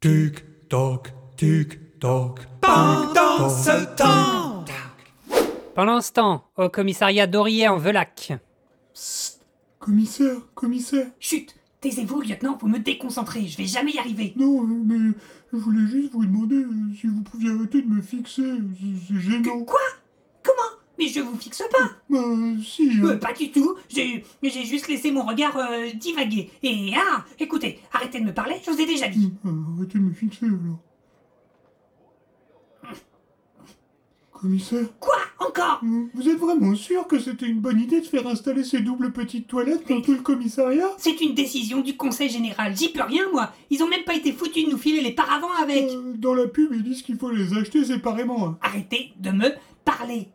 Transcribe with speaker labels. Speaker 1: Tic toc, tic toc.
Speaker 2: Pendant ce temps
Speaker 3: Pendant ce temps, au commissariat d'Aurier en Velac.
Speaker 1: Commissaire, commissaire.
Speaker 4: Chut Taisez-vous, lieutenant, vous me déconcentrez, je vais jamais y arriver.
Speaker 1: Non, euh, mais je voulais juste vous demander euh, si vous pouviez arrêter de me fixer. euh, c'est- C'est gênant.
Speaker 4: Quoi Comment Mais je vous fixe pas
Speaker 1: Bah, euh, si. euh,
Speaker 4: Euh, Pas du tout, j'ai j'ai juste laissé mon regard euh, divaguer. Et ah Écoutez, arrêtez de me parler, je vous ai déjà dit.
Speaker 1: euh, arrêtez de me fixer, alors. Commissaire,
Speaker 4: Quoi Encore
Speaker 1: euh, vous êtes vraiment sûr que c'était une bonne idée de faire installer ces doubles petites toilettes dans tout le commissariat
Speaker 4: C'est une décision du Conseil Général, j'y peux rien moi Ils ont même pas été foutus de nous filer les
Speaker 1: Mm.
Speaker 4: paravents avec
Speaker 1: Euh, Dans la pub, ils disent qu'il faut les acheter séparément. hein.
Speaker 4: Arrêtez de me parler